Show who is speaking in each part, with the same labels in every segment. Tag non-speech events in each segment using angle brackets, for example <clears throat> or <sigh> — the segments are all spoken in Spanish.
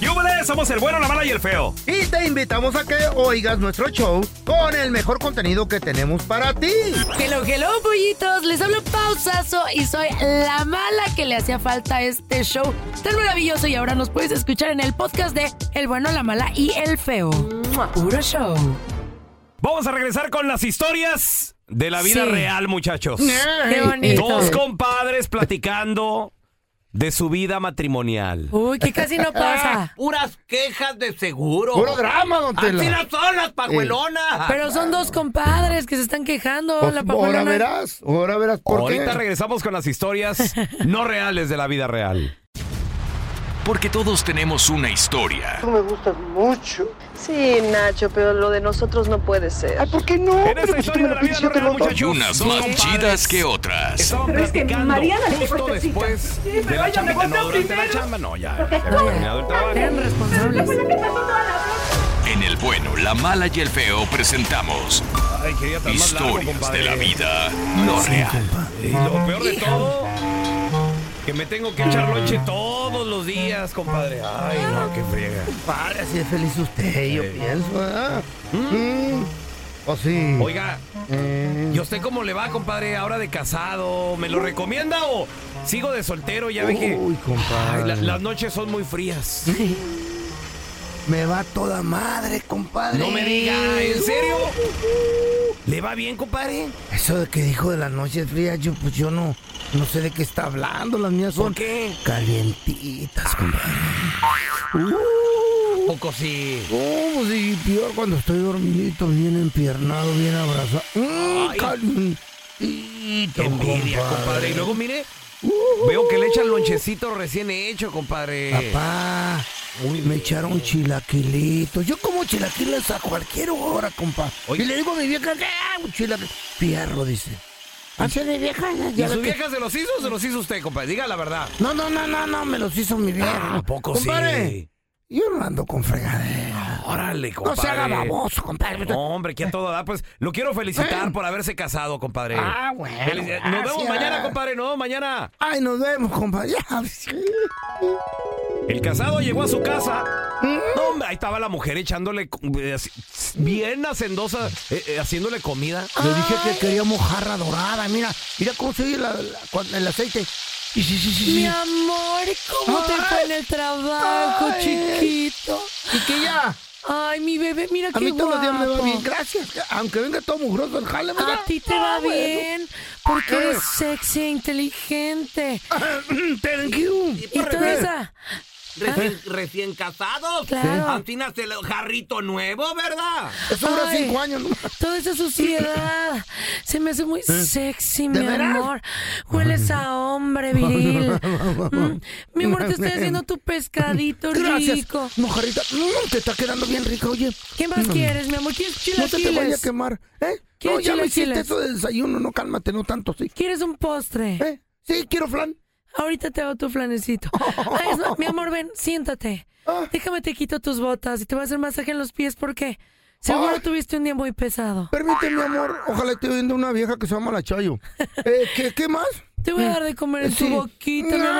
Speaker 1: ¡Yúbele! Somos el bueno, la mala y el feo.
Speaker 2: Y te invitamos a que oigas nuestro show con el mejor contenido que tenemos para ti.
Speaker 3: Hello, hello, pollitos. Les hablo pausazo y soy la mala que le hacía falta a este show tan maravilloso. Y ahora nos puedes escuchar en el podcast de El bueno, la mala y el feo. Puro show.
Speaker 1: Vamos a regresar con las historias de la vida
Speaker 3: Sí.
Speaker 1: real, muchachos.
Speaker 3: Qué bonito.
Speaker 1: Dos compadres platicando de su vida matrimonial.
Speaker 3: Uy, que casi no
Speaker 1: Ah,
Speaker 3: pasa.
Speaker 4: Puras quejas Ah, de seguro.
Speaker 2: Puro drama, don Tela.
Speaker 4: Así las son las pajuelonas.
Speaker 3: Pero son dos compadres que se están quejando.
Speaker 2: Pues,
Speaker 3: la
Speaker 2: ahora
Speaker 3: pajuelona.
Speaker 2: verás, ahora verás por qué.
Speaker 1: Ahorita regresamos con
Speaker 3: <laughs>
Speaker 1: las historias no reales de la vida real.
Speaker 5: Porque todos tenemos una historia.
Speaker 6: Sí, Nacho, pero lo de nosotros no puede ser.
Speaker 1: en esta historia de la vida no
Speaker 6: <laughs>
Speaker 1: real, muchachos.
Speaker 5: Y unas
Speaker 1: dos
Speaker 5: más
Speaker 1: compadres
Speaker 5: chidas que otras.
Speaker 1: Estaban
Speaker 7: Pero es que
Speaker 1: platicando
Speaker 7: Mariana le
Speaker 1: justo
Speaker 7: corta cita.
Speaker 1: después
Speaker 7: Sí,
Speaker 1: de
Speaker 7: pero
Speaker 1: la
Speaker 7: ella me
Speaker 1: chamba. No,
Speaker 7: cortó
Speaker 1: durante la
Speaker 7: primero.
Speaker 1: chama no, ya. ya había terminado el trabajo.
Speaker 3: Sean responsables.
Speaker 5: En el bueno, la mala y el feo presentamos
Speaker 1: Ay, qué día tan más largo,
Speaker 5: historias de la
Speaker 1: compadre.
Speaker 5: vida no real.
Speaker 1: Y lo peor de todo, que me tengo que echar lonche todos los días, compadre. Ay, no, qué friega.
Speaker 2: Padre, así de feliz usted, yo pienso, ¿verdad? Mm. O sí.
Speaker 1: Oiga,
Speaker 2: Eh,
Speaker 1: ¿y usted cómo le va, compadre, ahora de casado? ¿Me lo recomienda o sigo de soltero? Ya ve que
Speaker 2: Uy,
Speaker 1: ay,
Speaker 2: compadre.
Speaker 1: la- las noches son muy frías.
Speaker 2: Me va toda madre, compadre.
Speaker 1: No me diga, ¿en serio? ¿Le va bien, compadre?
Speaker 2: Eso de que dijo de las noches frías, yo pues yo no, no sé de qué está hablando. Las mías son
Speaker 1: ¿Por qué?
Speaker 2: calientitas, compadre.
Speaker 4: Poco sí.
Speaker 2: ¿Cómo si peor cuando estoy dormidito, bien empiernado, bien abrazado? Mm,
Speaker 1: Ay.
Speaker 2: calientito,
Speaker 1: Qué envidia, compadre. Y luego, mire, veo que le echan lonchecito recién hecho, compadre.
Speaker 2: Papá, me echaron chilaquilitos. Yo como chilaquiles a cualquier hora, compa.
Speaker 1: Oye.
Speaker 2: Y le digo a mi vieja que ah, un chilaquil. Fierro, dice. Hace mi vieja.
Speaker 1: ¿Y
Speaker 2: ya
Speaker 1: a
Speaker 2: ve
Speaker 1: sus
Speaker 2: que-
Speaker 1: viejas se los hizo o se los hizo usted, compadre? Diga la verdad.
Speaker 2: No, no, no, no, no, me los hizo mi vieja.
Speaker 1: ¿A poco
Speaker 2: compadre,
Speaker 1: sí?
Speaker 2: Yo no ando con fregadera.
Speaker 1: Órale,
Speaker 2: No
Speaker 1: compadre.
Speaker 2: se haga baboso, compadre.
Speaker 1: No, hombre, que a todo da. Pues lo quiero felicitar
Speaker 2: Eh.
Speaker 1: por haberse casado, compadre.
Speaker 2: Ah, bueno,
Speaker 1: Felici- Nos vemos
Speaker 2: gracias.
Speaker 1: mañana, compadre. Nos vemos mañana.
Speaker 2: Ay, nos vemos, compadre. Ya, <laughs> sí.
Speaker 1: El casado llegó a su casa.
Speaker 2: ¿Mm?
Speaker 1: No, hombre, ahí estaba la mujer echándole co- eh, así, bien hacendosa, eh, eh, haciéndole comida.
Speaker 2: Le dije que quería mojarra dorada. Mira, mira cómo se oye la- la- cuando- el aceite. Sí, sí, sí, sí, sí.
Speaker 3: Mi amor, ¿cómo te fue en el trabajo,
Speaker 2: Ay.
Speaker 3: chiquito?
Speaker 2: Y que ya.
Speaker 3: Ay, mi bebé, mira
Speaker 2: A
Speaker 3: qué
Speaker 2: mí
Speaker 3: guapo.
Speaker 2: todos los días me va bien, gracias. Aunque venga todo mugroso el jale, ¿verdad?
Speaker 3: A ti te va
Speaker 2: Ah, bueno. Eh.
Speaker 3: bien porque eres sexy e inteligente.
Speaker 2: <clears throat> Thank you.
Speaker 3: Y toda esa...
Speaker 4: Recién,
Speaker 2: Ah.
Speaker 4: recién casados.
Speaker 3: Claro.
Speaker 4: Antinas el jarrito nuevo, ¿verdad?
Speaker 2: Eso dura
Speaker 3: Ay.
Speaker 2: cinco años, ¿no? <laughs> Eh.
Speaker 3: Toda esa suciedad se me hace muy sexy, mi
Speaker 2: veras?
Speaker 3: amor. Hueles a hombre
Speaker 2: <laughs>
Speaker 3: viril. Mm, Mi amor, te estoy haciendo tu pescadito
Speaker 2: <clears throat> Gracias.
Speaker 3: rico.
Speaker 2: Mojarrita, mm, te está quedando bien rica, oye. Mm.
Speaker 3: ¿Qué más quieres, mi amor? ¿Quieres
Speaker 2: No te, te vaya a
Speaker 3: chilaquiles?
Speaker 2: quemar, ¿eh?
Speaker 3: ¿Quieres
Speaker 2: No, ya me hiciste
Speaker 3: chilaquiles?
Speaker 2: eso de desayuno, no, cálmate, no tanto, sí.
Speaker 3: ¿Quieres un postre?
Speaker 2: ¿Eh? Sí, quiero flan.
Speaker 3: Ahorita te hago tu
Speaker 2: <laughs>
Speaker 3: flanecito. Ay, es más, mi amor, ven, siéntate.
Speaker 2: Ah.
Speaker 3: Déjame te quito tus botas y te voy a hacer masaje en los pies porque seguro
Speaker 2: Ah.
Speaker 3: tuviste un día muy pesado.
Speaker 2: Permíteme, amor, ojalá esté viendo una vieja que se llama La Chayo. Eh, ¿qué, ¿Qué más?
Speaker 3: Te voy a dar de comer en tu
Speaker 2: Sí.
Speaker 3: boquita, mi amor.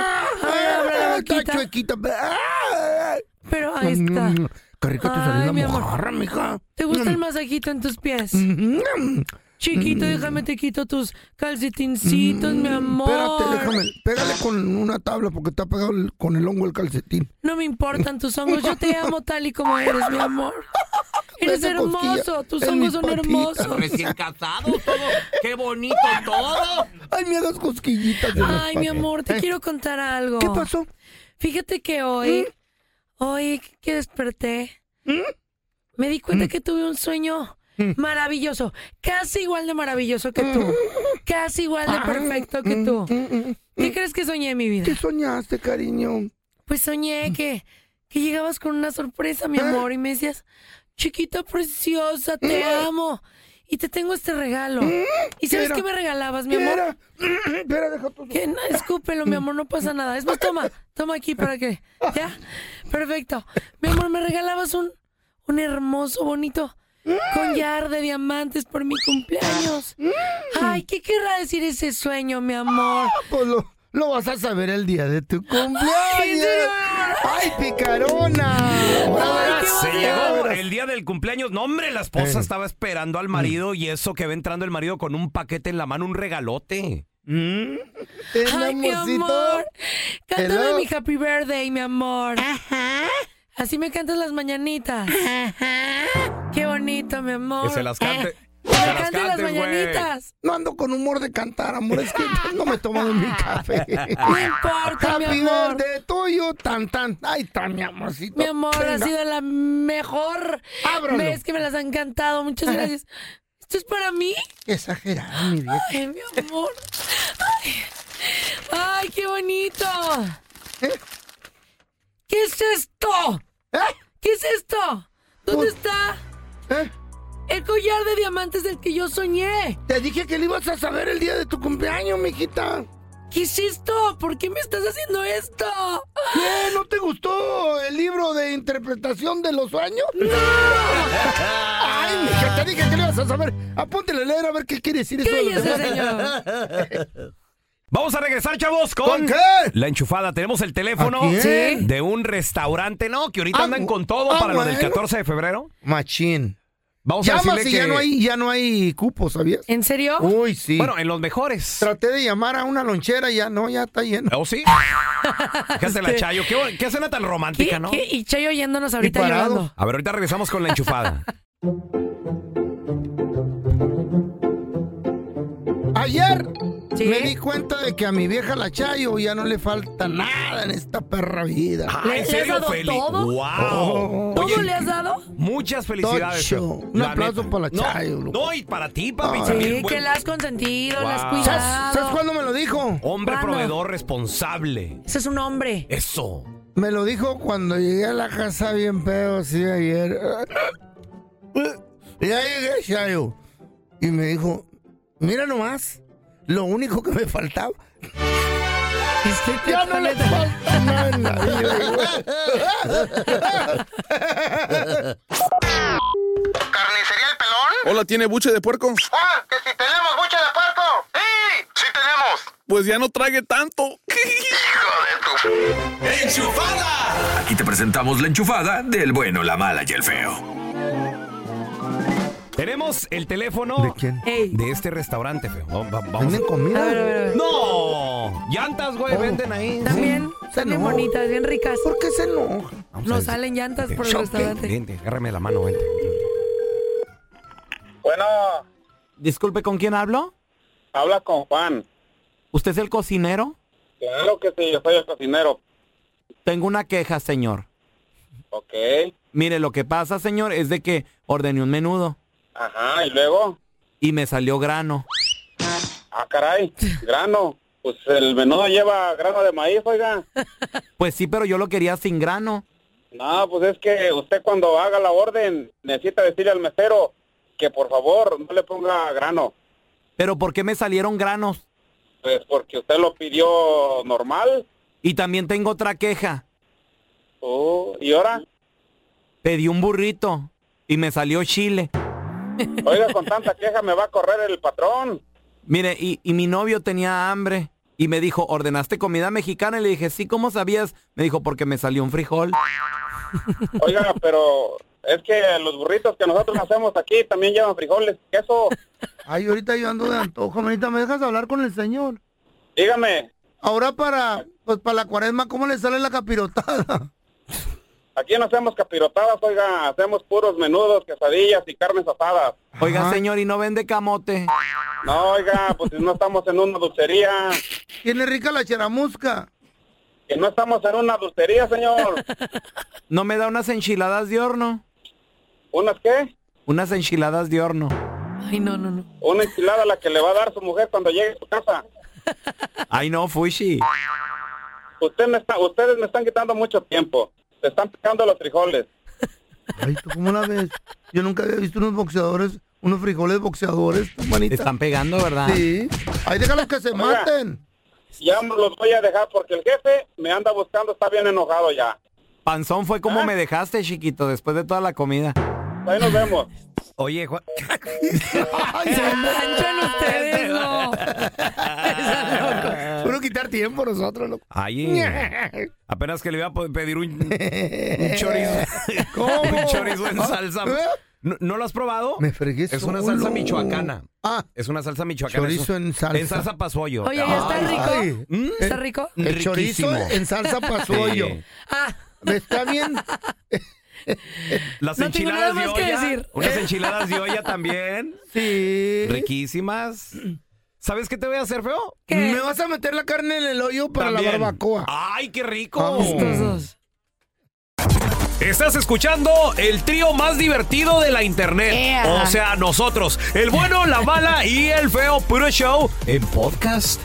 Speaker 3: A ver,
Speaker 2: Ah,
Speaker 3: abre la
Speaker 2: Está
Speaker 3: boquita.
Speaker 2: chuequita. Ah,
Speaker 3: Pero ahí está.
Speaker 2: Mm, Qué rico te
Speaker 3: Ay,
Speaker 2: salió
Speaker 3: mi
Speaker 2: la
Speaker 3: amor.
Speaker 2: mojarra, mija.
Speaker 3: ¿Te gusta el masajito en tus pies?
Speaker 2: Mm. Mm,
Speaker 3: Chiquito, déjame te quito tus calcetincitos, mi amor.
Speaker 2: Espérate, déjame. Pégale con una tabla porque está pegado el- con el hongo el calcetín.
Speaker 3: No me importan tus hongos, yo te amo tal y como eres, mi amor. Eres
Speaker 2: Me hace Pues cosquilla
Speaker 3: hermoso, tus
Speaker 2: en
Speaker 3: hongos
Speaker 2: mis
Speaker 3: son
Speaker 2: papitas.
Speaker 3: hermosos.
Speaker 4: Recién casados, todo. ¡Qué bonito todo!
Speaker 2: Ay, me hagas cosquillitas. de las
Speaker 3: Ay, mi
Speaker 2: patas.
Speaker 3: amor, te
Speaker 2: Eh,
Speaker 3: quiero contar algo.
Speaker 2: ¿Qué pasó? ¿Mm?
Speaker 3: Fíjate que hoy, hoy que desperté, me di
Speaker 2: Mm.
Speaker 3: cuenta que tuve un sueño maravilloso, casi igual de maravilloso que
Speaker 2: Mm.
Speaker 3: tú, casi igual
Speaker 2: Ah.
Speaker 3: de perfecto que tú. ¿Qué crees que soñé en mi vida?
Speaker 2: ¿Qué soñaste, cariño? Mm.
Speaker 3: Pues soñé que, que llegabas con una sorpresa,
Speaker 2: Ah.
Speaker 3: mi amor, y me decías, chiquita preciosa, te amo. Y te tengo este regalo. ¿Y sabes
Speaker 2: era?
Speaker 3: qué me regalabas, mi
Speaker 2: Mm. ¿Qué
Speaker 3: amor?
Speaker 2: era? <clears throat> Espera, deja tu...
Speaker 3: Que no, escúpelo, mi amor, no pasa nada. Es más, toma, toma aquí para que. ¿Ya? Perfecto. Mi amor, me regalabas un, un hermoso, bonito collar de diamantes por mi cumpleaños. Ay, ¿qué querrá decir ese sueño, mi amor?
Speaker 2: Pues lo, lo vas a saber el día de tu cumpleaños.
Speaker 3: Ay, sí, mi amor.
Speaker 2: Ay, picarona.
Speaker 1: Pero
Speaker 2: Ah,
Speaker 1: llegó
Speaker 2: verás.
Speaker 1: el día del cumpleaños. No, hombre, la esposa
Speaker 2: Eh.
Speaker 1: estaba esperando al marido y eso que va entrando el marido con un paquete en la mano, un regalote.
Speaker 3: Mm.
Speaker 2: Ten,
Speaker 3: Ay, mi
Speaker 2: amorcito.
Speaker 3: amor. Cántame
Speaker 2: Hello.
Speaker 3: mi happy birthday, mi amor. Así me cantas las mañanitas. Qué bonito, mi amor.
Speaker 1: Que se las cante.
Speaker 3: Que
Speaker 1: Que se
Speaker 3: me
Speaker 1: las
Speaker 3: cantes las
Speaker 1: cantes, güey.
Speaker 3: mañanitas.
Speaker 2: No ando con humor de cantar, amor. Es que <laughs> no me he tomado mi café.
Speaker 3: No importa, mi
Speaker 2: Happy
Speaker 3: amor.
Speaker 2: de tuyo, tan, tan. Ay, tan, mi amorcito.
Speaker 3: Mi amor, ha
Speaker 2: Venga.
Speaker 3: sido la mejor
Speaker 2: Ábralo.
Speaker 3: vez que me las han cantado. Muchas
Speaker 2: <laughs>
Speaker 3: gracias. ¿Esto es para mí?
Speaker 2: Exagerada, mi vieja.
Speaker 3: Ay, mi amor. Ay, Ay, qué bonito.
Speaker 2: ¿Eh?
Speaker 3: ¿Qué es esto?
Speaker 2: ¿Eh?
Speaker 3: ¿Qué es esto? ¿Dónde está
Speaker 2: ¿Eh?
Speaker 3: el collar de diamantes del que yo soñé?
Speaker 2: Te dije que le ibas a saber el día de tu cumpleaños, mijita.
Speaker 3: ¿Qué es esto? ¿Por qué me estás haciendo esto?
Speaker 2: ¿Qué? ¿No te gustó el libro de interpretación de los sueños? ¡No! <laughs> Ay, mija, te dije que le ibas a saber. Apúntele a leer a ver qué quiere decir eso. de los
Speaker 3: Cállese,
Speaker 2: demás.
Speaker 3: señor.
Speaker 1: <laughs> Vamos a regresar, chavos, con,
Speaker 2: ¿Con qué?
Speaker 1: la enchufada. Tenemos el teléfono
Speaker 2: ¿A quién?
Speaker 1: de un restaurante, ¿no? Que ahorita
Speaker 2: Ah,
Speaker 1: andan
Speaker 2: bu-
Speaker 1: con todo
Speaker 2: ah,
Speaker 1: para lo del
Speaker 2: bueno.
Speaker 1: 14 de febrero.
Speaker 2: <laughs> Machín.
Speaker 1: Vamos a
Speaker 2: Llamas y
Speaker 1: decirle que...
Speaker 2: ya, no hay, ya no hay cupo, ¿sabías?
Speaker 3: ¿En serio?
Speaker 2: Uy, sí.
Speaker 1: Bueno, en los mejores.
Speaker 2: Traté de llamar a una lonchera y ya no, ya está lleno.
Speaker 3: <laughs>
Speaker 1: ¿O sí? Fíjate la Chayo. Qué, qué cena tan
Speaker 3: ¿Qué,
Speaker 1: romántica, ¿no?
Speaker 3: qué? Y Chayo oyéndonos ahorita
Speaker 2: parado.
Speaker 3: llorando.
Speaker 1: A ver, ahorita regresamos con la enchufada.
Speaker 2: Ayer
Speaker 3: ¿Sí?
Speaker 2: me di cuenta de que a mi vieja la Chayo ya no le falta nada en esta perra vida. Oh.
Speaker 1: Ah,
Speaker 3: <laughs> ¿Le- le
Speaker 1: ¿En
Speaker 3: has
Speaker 1: serio,
Speaker 3: dado
Speaker 1: Feli?
Speaker 3: todo?
Speaker 1: ¡Wow!
Speaker 3: ¿Todo
Speaker 1: Oye,
Speaker 3: le has dado?
Speaker 1: Muchas felicidades.
Speaker 2: Tocho.
Speaker 1: Feo.
Speaker 2: Un aplauso
Speaker 1: neta.
Speaker 2: para la
Speaker 1: No,
Speaker 2: Chayo,
Speaker 1: No,
Speaker 2: loco.
Speaker 1: y para ti, papi.
Speaker 2: Ah.
Speaker 1: también,
Speaker 3: Sí,
Speaker 1: buen
Speaker 3: que la has consentido, la has
Speaker 1: Wow.
Speaker 3: cuidado.
Speaker 2: ¿Sabes, sabes cuándo me lo dijo?
Speaker 1: Hombre
Speaker 3: ¿Cuándo?
Speaker 1: proveedor responsable.
Speaker 3: Ese es un hombre.
Speaker 1: Eso.
Speaker 2: Me lo dijo cuando llegué a la casa bien pedo, sí, ayer. <laughs> Ya llegué, Chayo. Y me dijo, mira nomás, lo único que me faltaba.
Speaker 3: Este te-
Speaker 2: Ya no le falta nada en la vida,
Speaker 7: <laughs>
Speaker 2: güey.
Speaker 7: ¿Carnicería El Pelón?
Speaker 8: <laughs> Hola, ¿tiene buche de puerco?
Speaker 7: ¡Ah! ¡Que si tenemos bucha de puerco! ¡Sí! ¡Sí tenemos!
Speaker 8: Pues ya no trague tanto.
Speaker 7: ¡Hijo de tu...
Speaker 5: Aquí te presentamos la enchufada del bueno, la mala y el feo.
Speaker 1: Tenemos el teléfono
Speaker 2: ¿De quién?
Speaker 3: Ey.
Speaker 1: de este restaurante, feo. Va- va-
Speaker 2: ¿Venden
Speaker 1: Vamos.
Speaker 3: A ver, a
Speaker 2: comida?
Speaker 3: ver, a ver.
Speaker 1: ¡No! Llantas, güey,
Speaker 2: Oh.
Speaker 1: venden ahí.
Speaker 3: También,
Speaker 2: Se
Speaker 3: están bien
Speaker 2: enojó.
Speaker 3: bonitas, bien ricas.
Speaker 2: ¿Por qué se enoja?
Speaker 1: Vamos a
Speaker 3: No
Speaker 1: ver.
Speaker 3: salen llantas por el
Speaker 1: Choque.
Speaker 3: restaurante.
Speaker 1: Vente, agárrame la mano, vente.
Speaker 9: Bueno,
Speaker 4: Disculpe, ¿con quién hablo?
Speaker 9: habla con Juan.
Speaker 4: ¿Usted es el cocinero?
Speaker 9: Claro que sí, yo soy el cocinero.
Speaker 4: Tengo una queja, señor.
Speaker 9: Ok.
Speaker 4: Mire, lo que pasa, señor, es de que ordené un menudo
Speaker 9: Ajá, y luego.
Speaker 4: y me salió grano.
Speaker 9: Ah,
Speaker 4: <laughs>
Speaker 9: caray, grano. Pues el menudo lleva grano de maíz, oiga.
Speaker 4: Pues sí, pero yo lo quería sin grano.
Speaker 9: No, pues es que usted cuando haga la orden necesita decirle al mesero que por favor no le ponga grano.
Speaker 4: Pero ¿por qué me salieron granos?
Speaker 9: Pues porque usted lo pidió normal.
Speaker 4: Y también tengo otra queja.
Speaker 9: Oh, ¿Y ahora?
Speaker 4: Pedí un burrito y me salió chile.
Speaker 9: Oiga, con tanta queja me va a correr el patrón.
Speaker 4: Mire, y, y mi novio tenía hambre y me dijo, ¿ordenaste comida mexicana? Y le dije, sí, ¿cómo sabías? Me dijo, porque me salió un frijol.
Speaker 9: Oiga, pero es que los burritos que nosotros hacemos aquí también llevan frijoles, queso.
Speaker 2: Ay, ahorita yo ando de antojo, ahorita me dejas hablar con el señor.
Speaker 9: Dígame,
Speaker 2: Ahora para, pues para la cuaresma, ¿cómo le sale la capirotada? <laughs>
Speaker 9: Aquí no hacemos capirotadas, oiga, hacemos puros menudos, quesadillas y carnes asadas.
Speaker 4: Oiga,
Speaker 2: Ajá.
Speaker 4: señor, ¿y no vende camote?
Speaker 9: No, oiga, pues si no estamos en una dulcería.
Speaker 2: Tiene rica la cheramusca.
Speaker 9: Que no estamos en una dulcería, señor.
Speaker 4: <laughs> ¿No me da unas enchiladas de horno?
Speaker 9: ¿Unas qué?
Speaker 4: Unas enchiladas de horno.
Speaker 3: Ay, no, no, no.
Speaker 9: Una enchilada la que le va a dar su mujer cuando llegue a su casa.
Speaker 4: Ay, no, fushi.
Speaker 9: Usted me está, ustedes me están quitando mucho tiempo. Se están picando los frijoles.
Speaker 2: Ay, ¿tú cómo la ves? Yo nunca había visto unos boxeadores, unos frijoles boxeadores,
Speaker 4: Te
Speaker 2: manita.
Speaker 4: están pegando, ¿verdad?
Speaker 2: Sí. Ahí déjalos que se maten.
Speaker 9: Ya los voy a dejar porque el jefe me anda buscando, está bien enojado ya.
Speaker 4: Panzón fue como
Speaker 9: ¿Ah?
Speaker 4: me dejaste, chiquito, después de toda la comida.
Speaker 9: Ahí nos vemos.
Speaker 1: Oye, Juan.
Speaker 2: <laughs>
Speaker 3: Se manchan ustedes, no. Están locos.
Speaker 2: Pero que quitar tiempo nosotros, loco.
Speaker 1: Ahí. Apenas que le iba a po- pedir un, un
Speaker 4: <laughs>
Speaker 1: chorizo.
Speaker 2: <laughs> ¿Cómo?
Speaker 1: un chorizo en
Speaker 2: Ah,
Speaker 1: salsa.
Speaker 2: ¿eh?
Speaker 1: ¿No, no lo has probado?
Speaker 2: Me fregué
Speaker 1: Es una
Speaker 2: solo.
Speaker 1: salsa michoacana.
Speaker 2: Ah,
Speaker 1: Es una salsa michoacana.
Speaker 2: Chorizo
Speaker 1: Es un-
Speaker 2: en salsa.
Speaker 1: En salsa pasoyo.
Speaker 3: Oye, ¿ya está
Speaker 2: Ay, Eh,
Speaker 3: rico?
Speaker 1: Mm,
Speaker 3: ¿Está rico?
Speaker 2: el chorizo
Speaker 1: riquísimo.
Speaker 2: en salsa pasuoyo.
Speaker 1: Sí.
Speaker 3: Ah,
Speaker 2: Está bien.
Speaker 1: <laughs> Las
Speaker 3: No tengo nada
Speaker 1: enchiladas de
Speaker 3: más que
Speaker 1: olla.
Speaker 3: decir.
Speaker 1: Unas enchiladas de olla también.
Speaker 2: <laughs> Sí.
Speaker 1: Riquísimas. ¿Sabes qué te voy a hacer, feo?
Speaker 3: ¿qué?
Speaker 2: Me vas a meter la carne en el hoyo para la
Speaker 1: También. Ah.
Speaker 2: barbacoa.
Speaker 1: ¡Ay, qué rico!
Speaker 2: Vamos.
Speaker 3: Estos dos.
Speaker 1: Estás escuchando el trío más divertido de la internet.
Speaker 3: Ea.
Speaker 1: O sea, nosotros, el bueno, la mala y el feo puro show en podcast.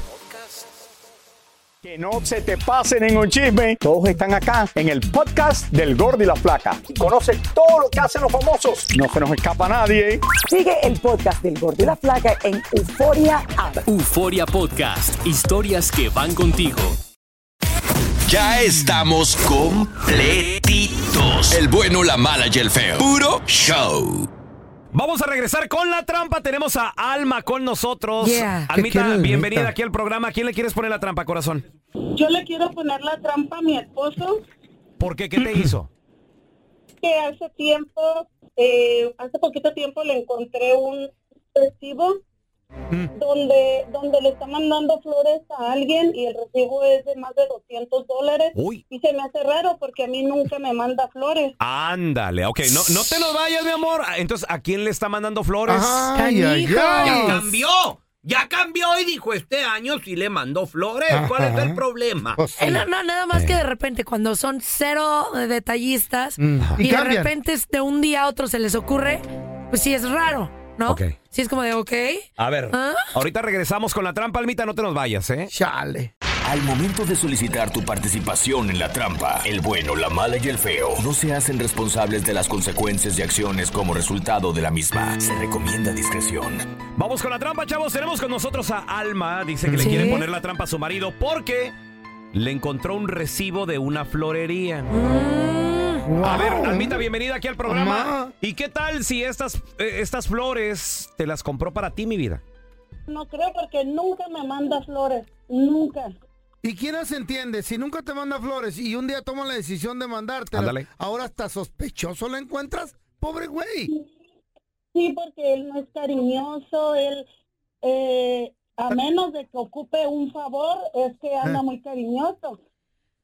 Speaker 10: Que no se te pasen en un chisme. Todos están acá en el podcast del Gordi y la Flaca. Y conoce todo lo que hacen los famosos. No se nos escapa nadie.
Speaker 11: Sigue el podcast del Gordo y la Flaca en Euforia
Speaker 5: Ah,
Speaker 11: App.
Speaker 12: Euforia Podcast, historias que van contigo.
Speaker 5: Ya estamos completitos. El bueno, la mala y el feo. Puro show.
Speaker 1: Vamos a regresar con la trampa. Tenemos a Alma con nosotros.
Speaker 3: Yeah.
Speaker 2: ¿Qué
Speaker 1: Almita,
Speaker 2: quieres,
Speaker 1: bienvenida
Speaker 2: Almita?
Speaker 1: aquí al programa. ¿A quién le quieres poner la trampa, corazón?
Speaker 11: Yo le quiero poner la trampa a mi esposo,
Speaker 1: ¿Por
Speaker 2: <clears throat>
Speaker 1: qué? ¿Qué te hizo?
Speaker 11: que hace tiempo, eh, hace poquito tiempo le encontré un recibo donde, donde le está mandando flores a alguien y el recibo es de más de 200 dólares.
Speaker 1: Uy.
Speaker 11: Y se me hace raro porque a mí nunca me manda flores.
Speaker 1: Ándale, ok, no, no te nos vayas, mi amor. Ah, Entonces, ¿a quién le está mandando flores?
Speaker 2: Ay, ay, ay.
Speaker 1: cambió. Ya cambió y dijo este año sí le mandó flores.
Speaker 2: ¿Cuál es el
Speaker 1: problema?
Speaker 2: Pues sí.
Speaker 3: Eh, no, no, nada más que de repente, cuando son cero eh, detallistas
Speaker 2: Mm.
Speaker 3: y,
Speaker 2: Y
Speaker 3: de
Speaker 2: cambian.
Speaker 3: repente es de un día a otro se les ocurre, pues sí es raro, ¿no?
Speaker 1: Ok.
Speaker 3: Sí es como de, ok.
Speaker 1: A ver,
Speaker 3: ¿Ah?
Speaker 1: ahorita regresamos con la trampa, Almita, no te nos vayas, ¿eh?
Speaker 2: Chale.
Speaker 5: Al momento de solicitar tu participación en la trampa, el bueno, la mala y el feo no se hacen responsables de las consecuencias y acciones como resultado de la misma. Se recomienda discreción.
Speaker 1: Vamos con la trampa, chavos. Tenemos con nosotros a Alma. Dice que le
Speaker 3: Sí.
Speaker 1: quiere poner la trampa a su marido porque le encontró un recibo de una florería.
Speaker 3: Mm,
Speaker 1: A ver,
Speaker 2: Wow.
Speaker 1: Almita, bienvenida aquí al programa.
Speaker 2: Mamá.
Speaker 1: ¿Y qué tal si estas, eh, estas flores te las compró para ti, mi vida?
Speaker 11: No creo porque nunca me manda flores. Nunca.
Speaker 2: ¿Y quién las entiende? Si nunca te manda flores y un día toma la decisión de mandarte,
Speaker 1: Ándale.
Speaker 2: ahora hasta sospechoso la encuentras. Pobre güey.
Speaker 11: Sí, porque él no es cariñoso, él, eh, a menos de que ocupe un favor, es que anda
Speaker 2: Ah.
Speaker 11: muy cariñoso.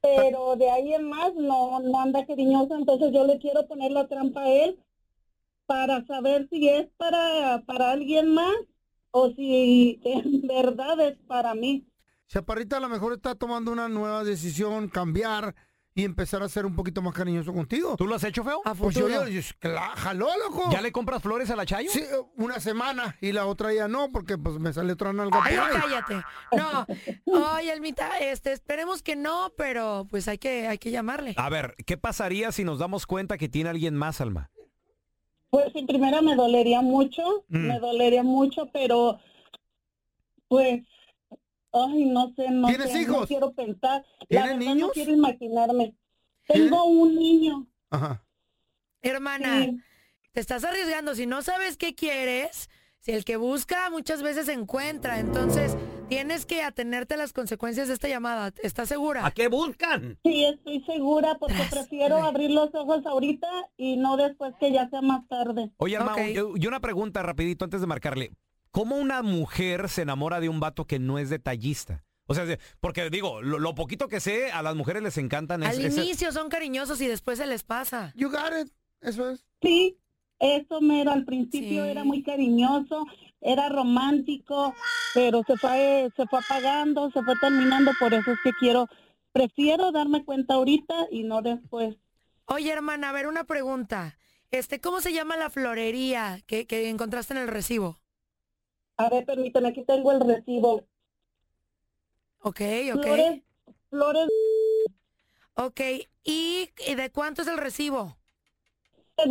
Speaker 11: Pero de ahí en más no, no anda cariñoso, entonces yo le quiero poner la trampa a él para saber si es para, para alguien más o si en verdad es para mí.
Speaker 2: Chaparrita a lo mejor está tomando una nueva decisión, cambiar y empezar a ser un poquito más cariñoso contigo.
Speaker 1: ¿Tú lo has hecho, feo?
Speaker 3: a
Speaker 2: Pues yo,
Speaker 3: futuro.
Speaker 2: yo, yo- cla- jaló, loco.
Speaker 1: ¿Ya le compras flores a la Chayo?
Speaker 2: Sí, una semana y la otra ya no, porque pues me sale otra nalga por
Speaker 3: Ay, no,
Speaker 2: ahí.
Speaker 3: cállate. No. Oye, Almita, este, esperemos que no, pero pues hay que, hay que llamarle.
Speaker 1: A ver, ¿qué pasaría si nos damos cuenta que tiene alguien más, Alma?
Speaker 11: Pues en primera me dolería mucho,
Speaker 2: Mm.
Speaker 11: me dolería mucho, pero pues, ay, no sé, no,
Speaker 2: ¿Tienes
Speaker 11: sé, no
Speaker 2: hijos?
Speaker 11: quiero pensar. La
Speaker 2: ¿Tienes
Speaker 11: verdad
Speaker 2: niños?
Speaker 11: No quiero imaginarme. Tengo un niño.
Speaker 2: Ajá.
Speaker 3: Hermana,
Speaker 11: Sí.
Speaker 3: te estás arriesgando. Si no sabes qué quieres, si el que busca muchas veces encuentra, entonces tienes que atenerte a las consecuencias de esta llamada. ¿Estás segura?
Speaker 1: qué buscan?
Speaker 11: Sí, estoy segura porque prefiero abrir los ojos ahorita y no después que ya sea más tarde.
Speaker 1: Oye, Alma,
Speaker 3: Ok.
Speaker 1: yo, yo una pregunta rapidito antes de marcarle. ¿Cómo una mujer se enamora de un vato que no es detallista? O sea, porque digo, lo, lo poquito que sé, a las mujeres les encantan es-
Speaker 3: Al
Speaker 1: ese-
Speaker 3: inicio son cariñosos y después se les pasa.
Speaker 2: You got it. Eso es.
Speaker 11: Sí, eso mero, al principio
Speaker 3: Sí.
Speaker 11: era muy cariñoso, era romántico, pero se fue, se fue apagando, se fue terminando, por eso es que quiero, prefiero darme cuenta ahorita y no después.
Speaker 3: Oye, hermana, a ver una pregunta. Este, ¿cómo se llama la florería que, que encontraste en el recibo?
Speaker 11: A ver, permíteme, aquí tengo el recibo.
Speaker 3: Ok, ok.
Speaker 11: Flores, flores
Speaker 3: Ok. ¿Y, y de cuánto es el recibo?
Speaker 11: de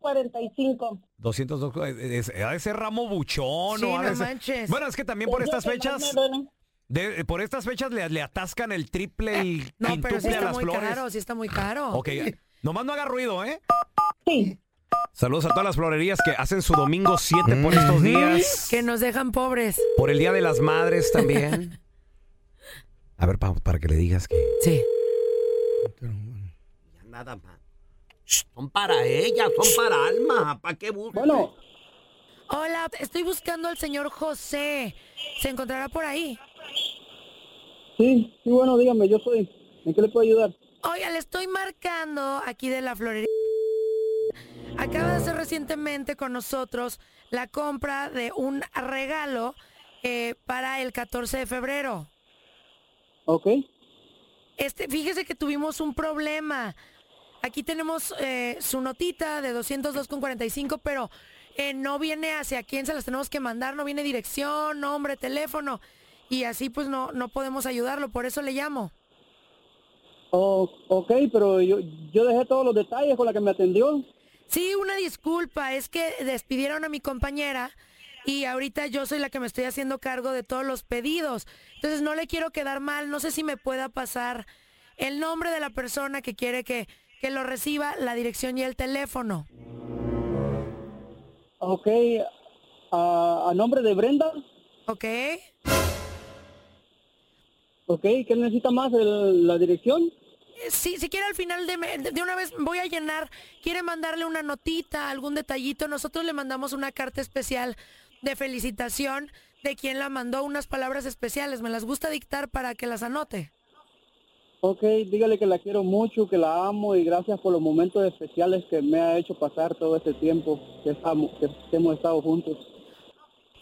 Speaker 11: 202.45.
Speaker 1: 202, eh, es- ha de ser ramo buchón
Speaker 3: Sí,
Speaker 1: o ha de
Speaker 3: no
Speaker 1: ser-
Speaker 3: manches.
Speaker 1: Bueno, es que también por
Speaker 11: Es lo
Speaker 1: estas
Speaker 11: que más
Speaker 1: fechas,
Speaker 11: me duele.
Speaker 1: de- por estas fechas le, le atascan el triple, el
Speaker 3: Eh, No, pero sí
Speaker 1: quintuple a
Speaker 3: está
Speaker 1: las
Speaker 3: muy
Speaker 1: flores.
Speaker 3: caro, sí está muy caro.
Speaker 1: Ok, nomás no haga ruido, ¿eh?
Speaker 11: Sí,
Speaker 1: Saludos a todas las florerías que hacen su domingo 7 por estos días.
Speaker 3: Que nos dejan pobres.
Speaker 1: Por el Día de las Madres también. A ver, Pau, para que le digas que.
Speaker 3: Sí.
Speaker 13: Nada más. Son para ellas, son para alma. ¿Para qué buscas? Bueno.
Speaker 3: <laughs> Hola, estoy buscando al señor José. ¿Se encontrará por ahí?
Speaker 14: Sí, sí, bueno, dígame, yo soy. ¿En qué le puedo ayudar?
Speaker 3: Oiga, le estoy marcando aquí de la florería. Acaba de hacer recientemente con nosotros la compra de un regalo eh, para el 14 de febrero.
Speaker 14: Ok.
Speaker 3: Este, fíjese que tuvimos un problema. Aquí tenemos eh, su notita de 202,45, pero eh, no viene hacia quién se las tenemos que mandar, no viene dirección, nombre, teléfono. Y así pues no, no podemos ayudarlo, por eso le llamo.
Speaker 14: O- ok, pero yo, yo dejé todos los detalles con la que me atendió.
Speaker 3: Sí, una disculpa, es que despidieron a mi compañera y ahorita yo soy la que me estoy haciendo cargo de todos los pedidos. Entonces no le quiero quedar mal, no sé si me pueda pasar el nombre de la persona que quiere que, que lo reciba, la dirección y el teléfono.
Speaker 14: Ok, a, a nombre de Brenda.
Speaker 3: Ok.
Speaker 14: Ok, ¿qué necesita más? El- la dirección.
Speaker 3: Eh, Sí, si quiere al final de, me- de una vez voy a llenar, quiere mandarle una notita, algún detallito, nosotros le mandamos una carta especial de felicitación de quien la mandó, unas palabras especiales, me las gusta dictar para que las anote.
Speaker 14: Ok, dígale que la quiero mucho, que la amo y gracias por los momentos especiales que me ha hecho pasar todo este tiempo que, estamos, que- que hemos estado juntos.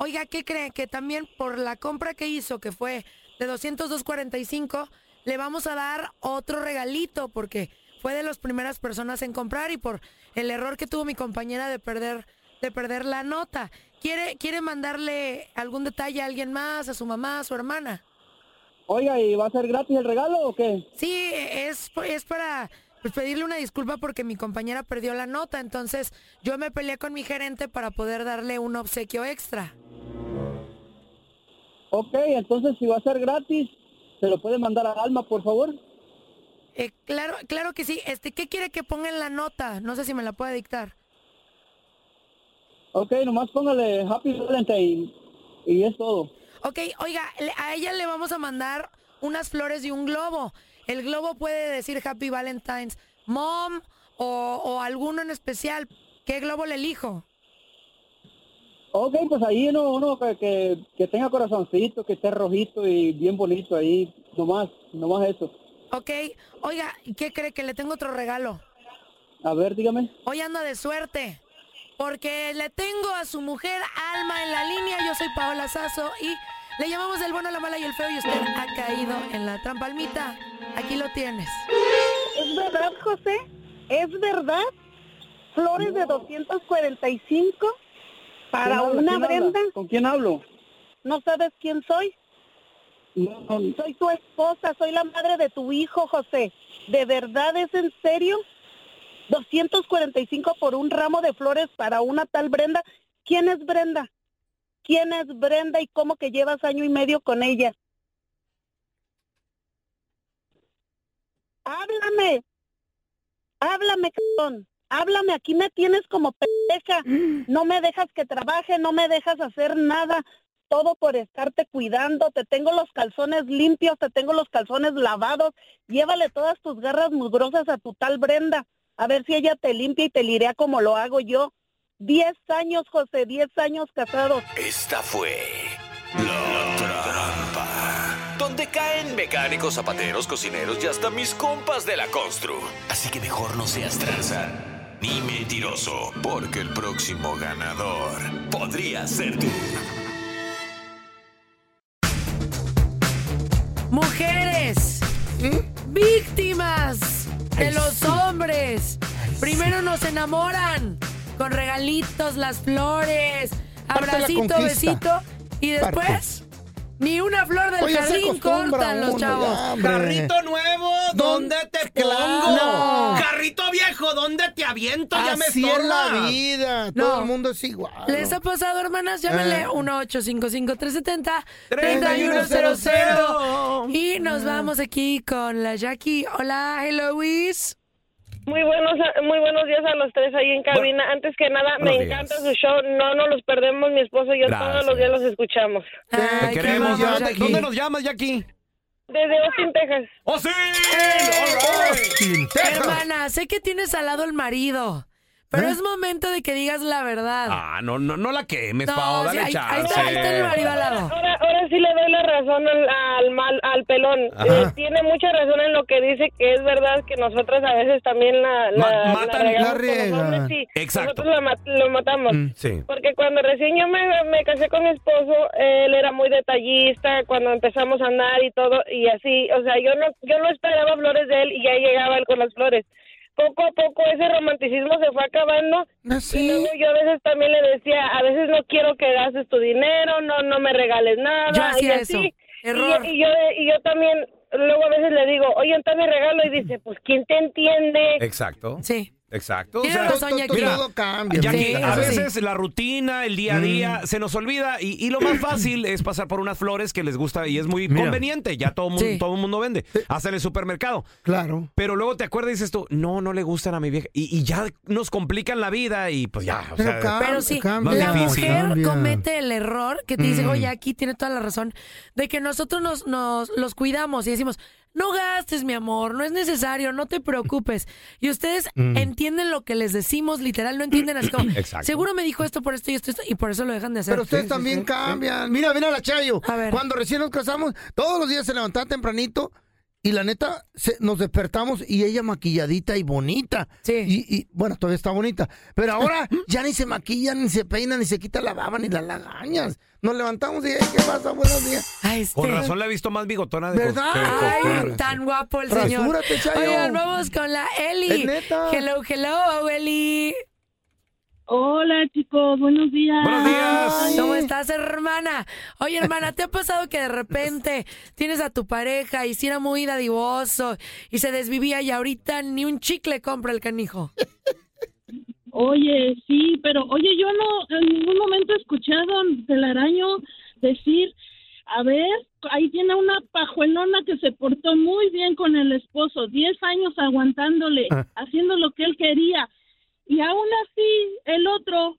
Speaker 3: Oiga, ¿qué cree? Que también por la compra que hizo, que fue de 202.45, le vamos a dar otro regalito porque fue de las primeras personas en comprar y por el error que tuvo mi compañera de perder de perder la nota. ¿Quiere quiere mandarle algún detalle a alguien más, a su mamá, a su hermana?
Speaker 14: Oiga, ¿y va a ser gratis el regalo o qué?
Speaker 3: Sí, es, es para pues, pedirle una disculpa porque mi compañera perdió la nota, entonces yo me peleé con mi gerente para poder darle un obsequio extra.
Speaker 14: Ok, entonces si va a ser gratis, ¿se lo puede mandar a Alma, por favor?
Speaker 3: Eh, claro, claro que sí. Este, ¿qué quiere que ponga en la nota? No sé si me la puede dictar.
Speaker 14: Ok, nomás póngale Happy Valentine y es todo.
Speaker 3: Ok, oiga, le- a ella le vamos a mandar unas flores y un globo. El globo puede decir Happy Valentine's Mom o, o alguno en especial. ¿Qué globo le elijo?
Speaker 14: Ok, pues ahí uno, uno que, que- que tenga corazoncito, que esté rojito y bien bonito ahí, nomás, nomás eso.
Speaker 3: Ok, oiga, ¿qué cree que le tengo otro regalo?
Speaker 14: A ver, dígame.
Speaker 3: Hoy anda de suerte. Porque le tengo a su mujer alma en la línea. Yo soy Paola Sazo y le llamamos del bueno, la mala y el feo. Y usted ha caído en la trampa. Almita, aquí lo tienes.
Speaker 11: ¿Es verdad, José? ¿Es verdad? Flores de 245 para
Speaker 14: ¿Quién habla?
Speaker 11: una
Speaker 14: ¿Quién habla?
Speaker 11: Brenda.
Speaker 14: ¿Con quién hablo?
Speaker 11: ¿No sabes quién soy? Soy tu esposa, soy la madre de tu hijo, José. ¿De verdad es en serio? 245 por un ramo de flores para una tal Brenda. ¿Quién es Brenda? ¿Quién es Brenda y cómo que llevas año y medio con ella? Háblame. Háblame, cabrón. Háblame, aquí me tienes como pendeja. No me dejas que trabaje, no me dejas hacer nada. Todo por estarte cuidando. Te tengo los calzones limpios, te tengo los calzones lavados. Llévale todas tus garras mugrosas a tu tal Brenda. A ver si ella te limpia y te lirea como lo hago yo. Diez años, José, diez años casados.
Speaker 5: Esta fue la trampa. Donde caen mecánicos, zapateros, cocineros y hasta mis compas de la constru. Así que mejor no seas tranza ni mentiroso, porque el próximo ganador podría ser tú.
Speaker 3: Mujeres,
Speaker 2: ¿Mm?
Speaker 3: víctimas de los hombres. Primero nos enamoran con regalitos, las flores,
Speaker 2: Parte la
Speaker 3: abracito,
Speaker 2: conquista.
Speaker 3: besito. Y después, ni una flor del
Speaker 2: Oye, se
Speaker 3: jardín
Speaker 2: acostumbra
Speaker 3: cortan los
Speaker 2: uno,
Speaker 3: chavos.
Speaker 2: ya, hombre. Carrito
Speaker 13: nuevo, ¿dónde te
Speaker 2: Claro.
Speaker 13: pongo?
Speaker 2: No.
Speaker 13: Carrito viejo, ¿dónde te aviento? ya me
Speaker 2: Así es la
Speaker 13: estorba.
Speaker 2: vida.
Speaker 3: No.
Speaker 2: Todo el mundo es igual.
Speaker 3: ¿Les ha pasado, hermanas? Llámenle
Speaker 2: Eh.
Speaker 3: 1-855-370-3100. Y nos vamos aquí con la Jackie. Hola, hello, Luis.
Speaker 15: Muy <laughs> buenos, muy buenos días a los tres ahí en cabina. Antes que nada, me
Speaker 1: buenos
Speaker 15: encanta su show. No nos los perdemos, mi esposo y yo todos los días los escuchamos.
Speaker 1: Te queremos. ¿Dónde, dónde nos llamas, Jackie?
Speaker 15: Desde Austin, Texas.
Speaker 1: ¡Austin!
Speaker 3: Eh, Hermana, sé que tienes al lado el marido, pero es momento de que digas la verdad.
Speaker 1: Ah, no, no, no la quemes,
Speaker 3: No,
Speaker 1: Pao,
Speaker 3: sí,
Speaker 1: dale
Speaker 3: ahí- ahí
Speaker 1: chance.
Speaker 3: está- ahí está el marido al lado.
Speaker 15: Ahora, ahora sí le doy la razón al, al mal, al pelón.
Speaker 1: Ajá.
Speaker 15: Eh, tiene mucha razón en lo que dice, que es verdad que nosotras a veces también la, la,
Speaker 1: Ma- matan-
Speaker 15: regamos
Speaker 1: la
Speaker 15: con los
Speaker 1: riega.
Speaker 15: hombres y
Speaker 1: Exacto.
Speaker 15: Nosotros la mat- lo matamos.
Speaker 1: Mm, sí.
Speaker 15: Porque cuando recién yo me, me casé con mi esposo, él era muy detallista cuando empezamos a andar y todo, y así, o sea, yo no, yo no esperaba flores de él y ya llegaba él con las flores. Poco a poco ese romanticismo se fue acabando.
Speaker 3: Ah,
Speaker 15: Y luego yo a veces también le decía, a veces no quiero que gastes tu dinero, no, no me regales nada.
Speaker 3: Yo hacía
Speaker 15: y así.
Speaker 3: eso. Error.
Speaker 15: Y, y yo, y yo también, luego a veces le digo, oye, entonces me regalo y dice, pues, ¿quién te entiende?
Speaker 1: Exacto.
Speaker 3: Sí. Exacto.
Speaker 1: O
Speaker 3: Tiene
Speaker 1: sea,
Speaker 3: razón, Jackie.
Speaker 1: mira,
Speaker 3: Todo cambia,
Speaker 1: Jackie,
Speaker 3: sí,
Speaker 1: a
Speaker 3: eso sí.
Speaker 1: veces la rutina, el
Speaker 2: Mm.
Speaker 1: día a día, se nos olvida y, y
Speaker 2: <clears throat>
Speaker 1: lo más fácil es pasar por unas flores que les gusta y es muy
Speaker 2: Mira.
Speaker 1: conveniente. Ya todo el
Speaker 2: Sí.
Speaker 1: todo mundo vende, hasta en el supermercado.
Speaker 2: Claro.
Speaker 1: Pero luego te acuerdas y dices tú, no, no le gustan a mi vieja. Y, y ya nos complican la vida y pues ya. o
Speaker 2: Pero
Speaker 1: sea,
Speaker 2: cambia,
Speaker 3: Pero sí,
Speaker 1: más
Speaker 3: la
Speaker 1: difícil.
Speaker 3: mujer comete el error que te dice,
Speaker 1: Mm.
Speaker 3: oye, aquí tiene toda la razón, de que nosotros nos, nos los cuidamos y decimos, no gastes, mi amor, no es necesario, no te preocupes. Y ustedes
Speaker 16: Mm.
Speaker 3: entienden lo que les decimos, literal, no entienden así como,
Speaker 16: Exacto.
Speaker 3: seguro me dijo esto por esto y esto, y esto", y por eso lo dejan de hacer.
Speaker 2: Pero ustedes también cambian. Mira, mira la Chayo. Cuando recién nos casamos, todos los días se levantaba tempranito y la neta se- nos despertamos y ella maquilladita y bonita. Sí. Y, y, bueno, todavía está bonita.
Speaker 3: <laughs>
Speaker 2: Pero ahora ya ni se maquilla, ni se peina, ni se quita la baba, ni las lagañas. Nos levantamos y, "Ey, ¿qué pasa? Buenos días.
Speaker 3: <laughs>
Speaker 1: Con razón la he visto más bigotona de
Speaker 2: ¿Verdad?
Speaker 1: que de
Speaker 3: Ah, este. Ay,
Speaker 1: costumbre.
Speaker 3: tan guapo el señor.
Speaker 2: Rasúrate, Chayo.
Speaker 3: Oigan, vamos con la Eli.
Speaker 2: Es neta.
Speaker 3: Hello, hello, Eli.
Speaker 17: Hola chicos, buenos días.
Speaker 1: Buenos días.
Speaker 3: ¿Cómo estás, hermana? Oye, hermana, ¿te ha pasado que de repente tienes a tu pareja y si era muy dadivoso y se desvivía y ahorita ni un chicle compra el canijo?
Speaker 17: Oye, Pues sí, pero oye, yo no en ningún momento he escuchado del araño decir, a ver, ahí tiene una pajuelona que se portó muy bien con el esposo, 10 años aguantándole,
Speaker 18: Ah.
Speaker 17: haciendo lo que él quería. Y aún así, el otro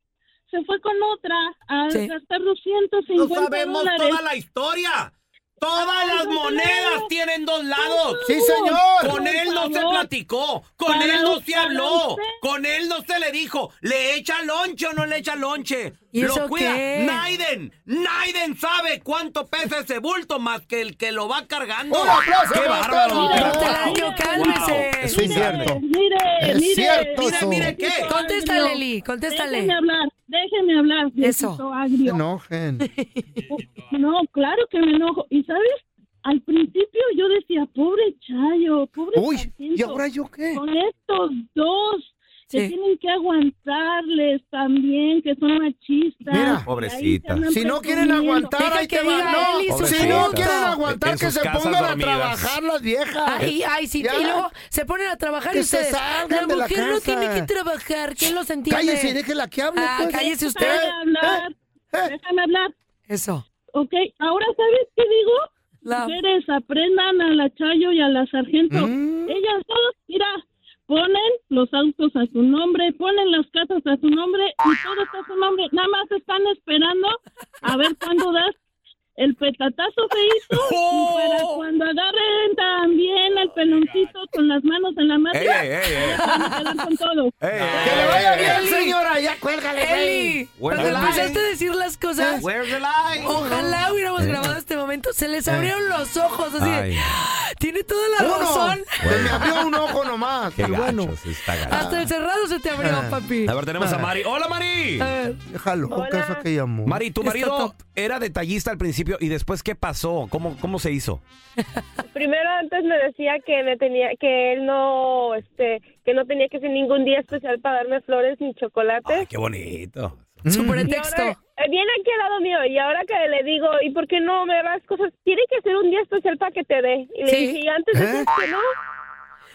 Speaker 17: se fue con otra a
Speaker 18: Sí.
Speaker 17: gastar 250
Speaker 18: No sabemos
Speaker 17: dólares.
Speaker 18: toda la historia. Todas las monedas tienen dos lados.
Speaker 17: Sí, señor.
Speaker 18: Con él no se
Speaker 17: Por favor.
Speaker 18: platicó, con
Speaker 17: Para
Speaker 18: él no se
Speaker 17: para
Speaker 18: habló,
Speaker 17: usted.
Speaker 18: con él no se le dijo, le echa lonche o no le echa lonche.
Speaker 17: ¿Y
Speaker 18: Lo
Speaker 17: eso
Speaker 18: cuida.
Speaker 17: qué?
Speaker 18: Naiden, Naiden sabe cuánto pesa ese bulto más que el que lo va cargando.
Speaker 2: ¡Un aplauso
Speaker 18: ¡Qué
Speaker 2: para
Speaker 18: bárbaro!
Speaker 2: usted!
Speaker 18: ¡Wow!
Speaker 2: <laughs>
Speaker 3: Telaraño, cálmese.
Speaker 18: Wow,
Speaker 2: Eso es cierto.
Speaker 17: Mire, Eh,
Speaker 2: Es
Speaker 17: mire.
Speaker 2: cierto
Speaker 17: mire,
Speaker 2: eso.
Speaker 17: mire qué.
Speaker 3: Contéstale, Eli, contéstale.
Speaker 17: Déjeme hablar, déjeme hablar. Eso.
Speaker 2: Se enojen.
Speaker 17: No, claro que me enojo. Y sabes, al principio yo decía, pobre Chayo, pobre
Speaker 2: Uy,
Speaker 17: Jacinto,
Speaker 2: ¿y ahora yo qué?
Speaker 17: Con estos dos que
Speaker 2: Sí.
Speaker 17: tienen que aguantarles también, que son machistas.
Speaker 1: Mira,
Speaker 17: y ahí
Speaker 1: Pobrecita.
Speaker 17: se andan
Speaker 2: Si no quieren
Speaker 17: presumiendo.
Speaker 2: aguantar, Deja ahí que te va. diga No, Eli su si no punto. quieren aguantar,
Speaker 1: En
Speaker 2: que
Speaker 1: sus
Speaker 2: se
Speaker 1: casas
Speaker 2: pongan a
Speaker 1: dormidas.
Speaker 2: trabajar las viejas.
Speaker 3: Ay, ay, sí,
Speaker 2: Ya.
Speaker 3: y luego se ponen a trabajar
Speaker 2: Que
Speaker 3: y ustedes.
Speaker 2: se salgan
Speaker 3: la
Speaker 2: de la
Speaker 3: mujer no
Speaker 2: casa.
Speaker 3: tiene que trabajar, ¿quién los entiende?
Speaker 2: Cállese, déjela que hable,
Speaker 3: Ah,
Speaker 2: pues.
Speaker 3: cállese usted. Eh,
Speaker 17: Déjame hablar, déjame hablar.
Speaker 3: Eso.
Speaker 17: Ok, ahora ¿sabes qué digo?
Speaker 3: La-
Speaker 17: Mujeres, aprendan a la Chayo y a la Sargento.
Speaker 3: Mm.
Speaker 17: Ellas todas, mira, ponen los autos a su nombre, ponen las casas a su nombre y todo está a su nombre. Nada más están esperando a ver cuándo das. El petatazo se hizo
Speaker 3: <laughs>
Speaker 17: y
Speaker 3: Oh.
Speaker 17: para cuando agarren también el peloncito con las manos en la mano.
Speaker 3: Eh,
Speaker 18: Ey, ey, ey, ey.
Speaker 17: van a quedar con todo.
Speaker 18: ey, le vaya ey, bien,
Speaker 2: eh,
Speaker 18: ey.
Speaker 2: señora, ya cuélgale,
Speaker 3: Eli,
Speaker 18: güey.
Speaker 3: cuando
Speaker 18: Where's the
Speaker 3: empezaste
Speaker 18: line?
Speaker 3: a decir las
Speaker 2: Eh.
Speaker 3: cosas,
Speaker 18: Where's the line?
Speaker 3: ojalá hubiéramos grabado este momento. Se les abrieron los ojos, así de,
Speaker 1: Ay.
Speaker 3: "Ah, tiene toda la
Speaker 2: Eh. Uno.
Speaker 3: razón.
Speaker 2: Se me abrió un ojo nomás.
Speaker 1: Qué
Speaker 2: pero bueno. Eh.
Speaker 1: gachos, está gacho.
Speaker 3: Hasta el cerrado se te abrió,
Speaker 1: Ah.
Speaker 3: papi. Eh.
Speaker 1: A ver, tenemos a Mari. ¡Hola, Mari!
Speaker 2: Déjalo, ¿con qué esa que llamó?
Speaker 1: Mari, tu
Speaker 2: Está
Speaker 1: marido
Speaker 2: top.
Speaker 1: era detallista al principio y después, ¿qué pasó? ¿Cómo, cómo se hizo?
Speaker 15: Primero antes me decía que me tenía que él no este que no tenía que ser ningún día especial para darme flores ni chocolates.
Speaker 1: Qué bonito.
Speaker 3: Su
Speaker 15: Y ahora, eh, viene aquí al lado mío y ahora que le digo, ¿y por qué no me das cosas? Tiene que ser un día especial para que te dé. Y le
Speaker 3: Sí.
Speaker 2: ¿Eh?
Speaker 15: dije, ¿y antes decías que no?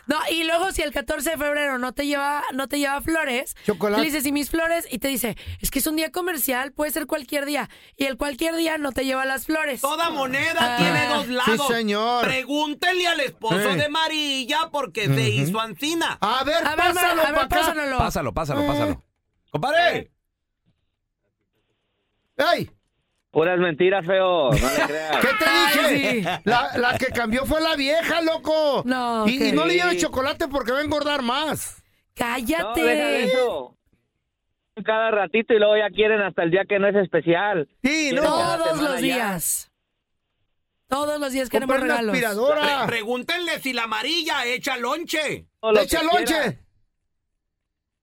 Speaker 3: No, y luego si el 14 de febrero no te lleva, no te lleva flores,
Speaker 2: Chocolate.
Speaker 3: le dices, ¿y mis flores? Y te dice, es que es un día comercial, puede ser cualquier día. Y el cualquier día no te lleva las flores. Ah.
Speaker 1: Toda moneda tiene dos lados.
Speaker 2: señor.
Speaker 1: Pregúntenle al esposo
Speaker 2: Sí.
Speaker 1: de Marilla porque se hizo ancina.
Speaker 2: A ver,
Speaker 1: A ver,
Speaker 2: pásalo,
Speaker 1: a ver,
Speaker 2: pa' acá.
Speaker 1: pásanolo.
Speaker 19: Pásalo,
Speaker 3: Eh.
Speaker 19: pásalo, pásalo. ¡Compadre!
Speaker 2: ¡Ey!
Speaker 15: Puras mentiras, feo. No
Speaker 1: <laughs>
Speaker 15: le
Speaker 2: ¿Qué
Speaker 15: creas.
Speaker 2: te dije? La, la que cambió fue la vieja, loco.
Speaker 3: No,
Speaker 2: y, y
Speaker 3: ok.
Speaker 2: no le lleves chocolate porque va a engordar más.
Speaker 3: Cállate.
Speaker 15: No, deja de eso. Cada ratito y luego ya quieren hasta el día que no es especial.
Speaker 2: Sí,
Speaker 15: Quieren cada
Speaker 3: Todos
Speaker 15: semana
Speaker 3: los
Speaker 15: ya.
Speaker 3: días. Todos los días queremos
Speaker 15: Comprar una
Speaker 3: regalos.
Speaker 1: Pre- pregúntenle si la Marilla echa lonche.
Speaker 15: Todo lo que quiera.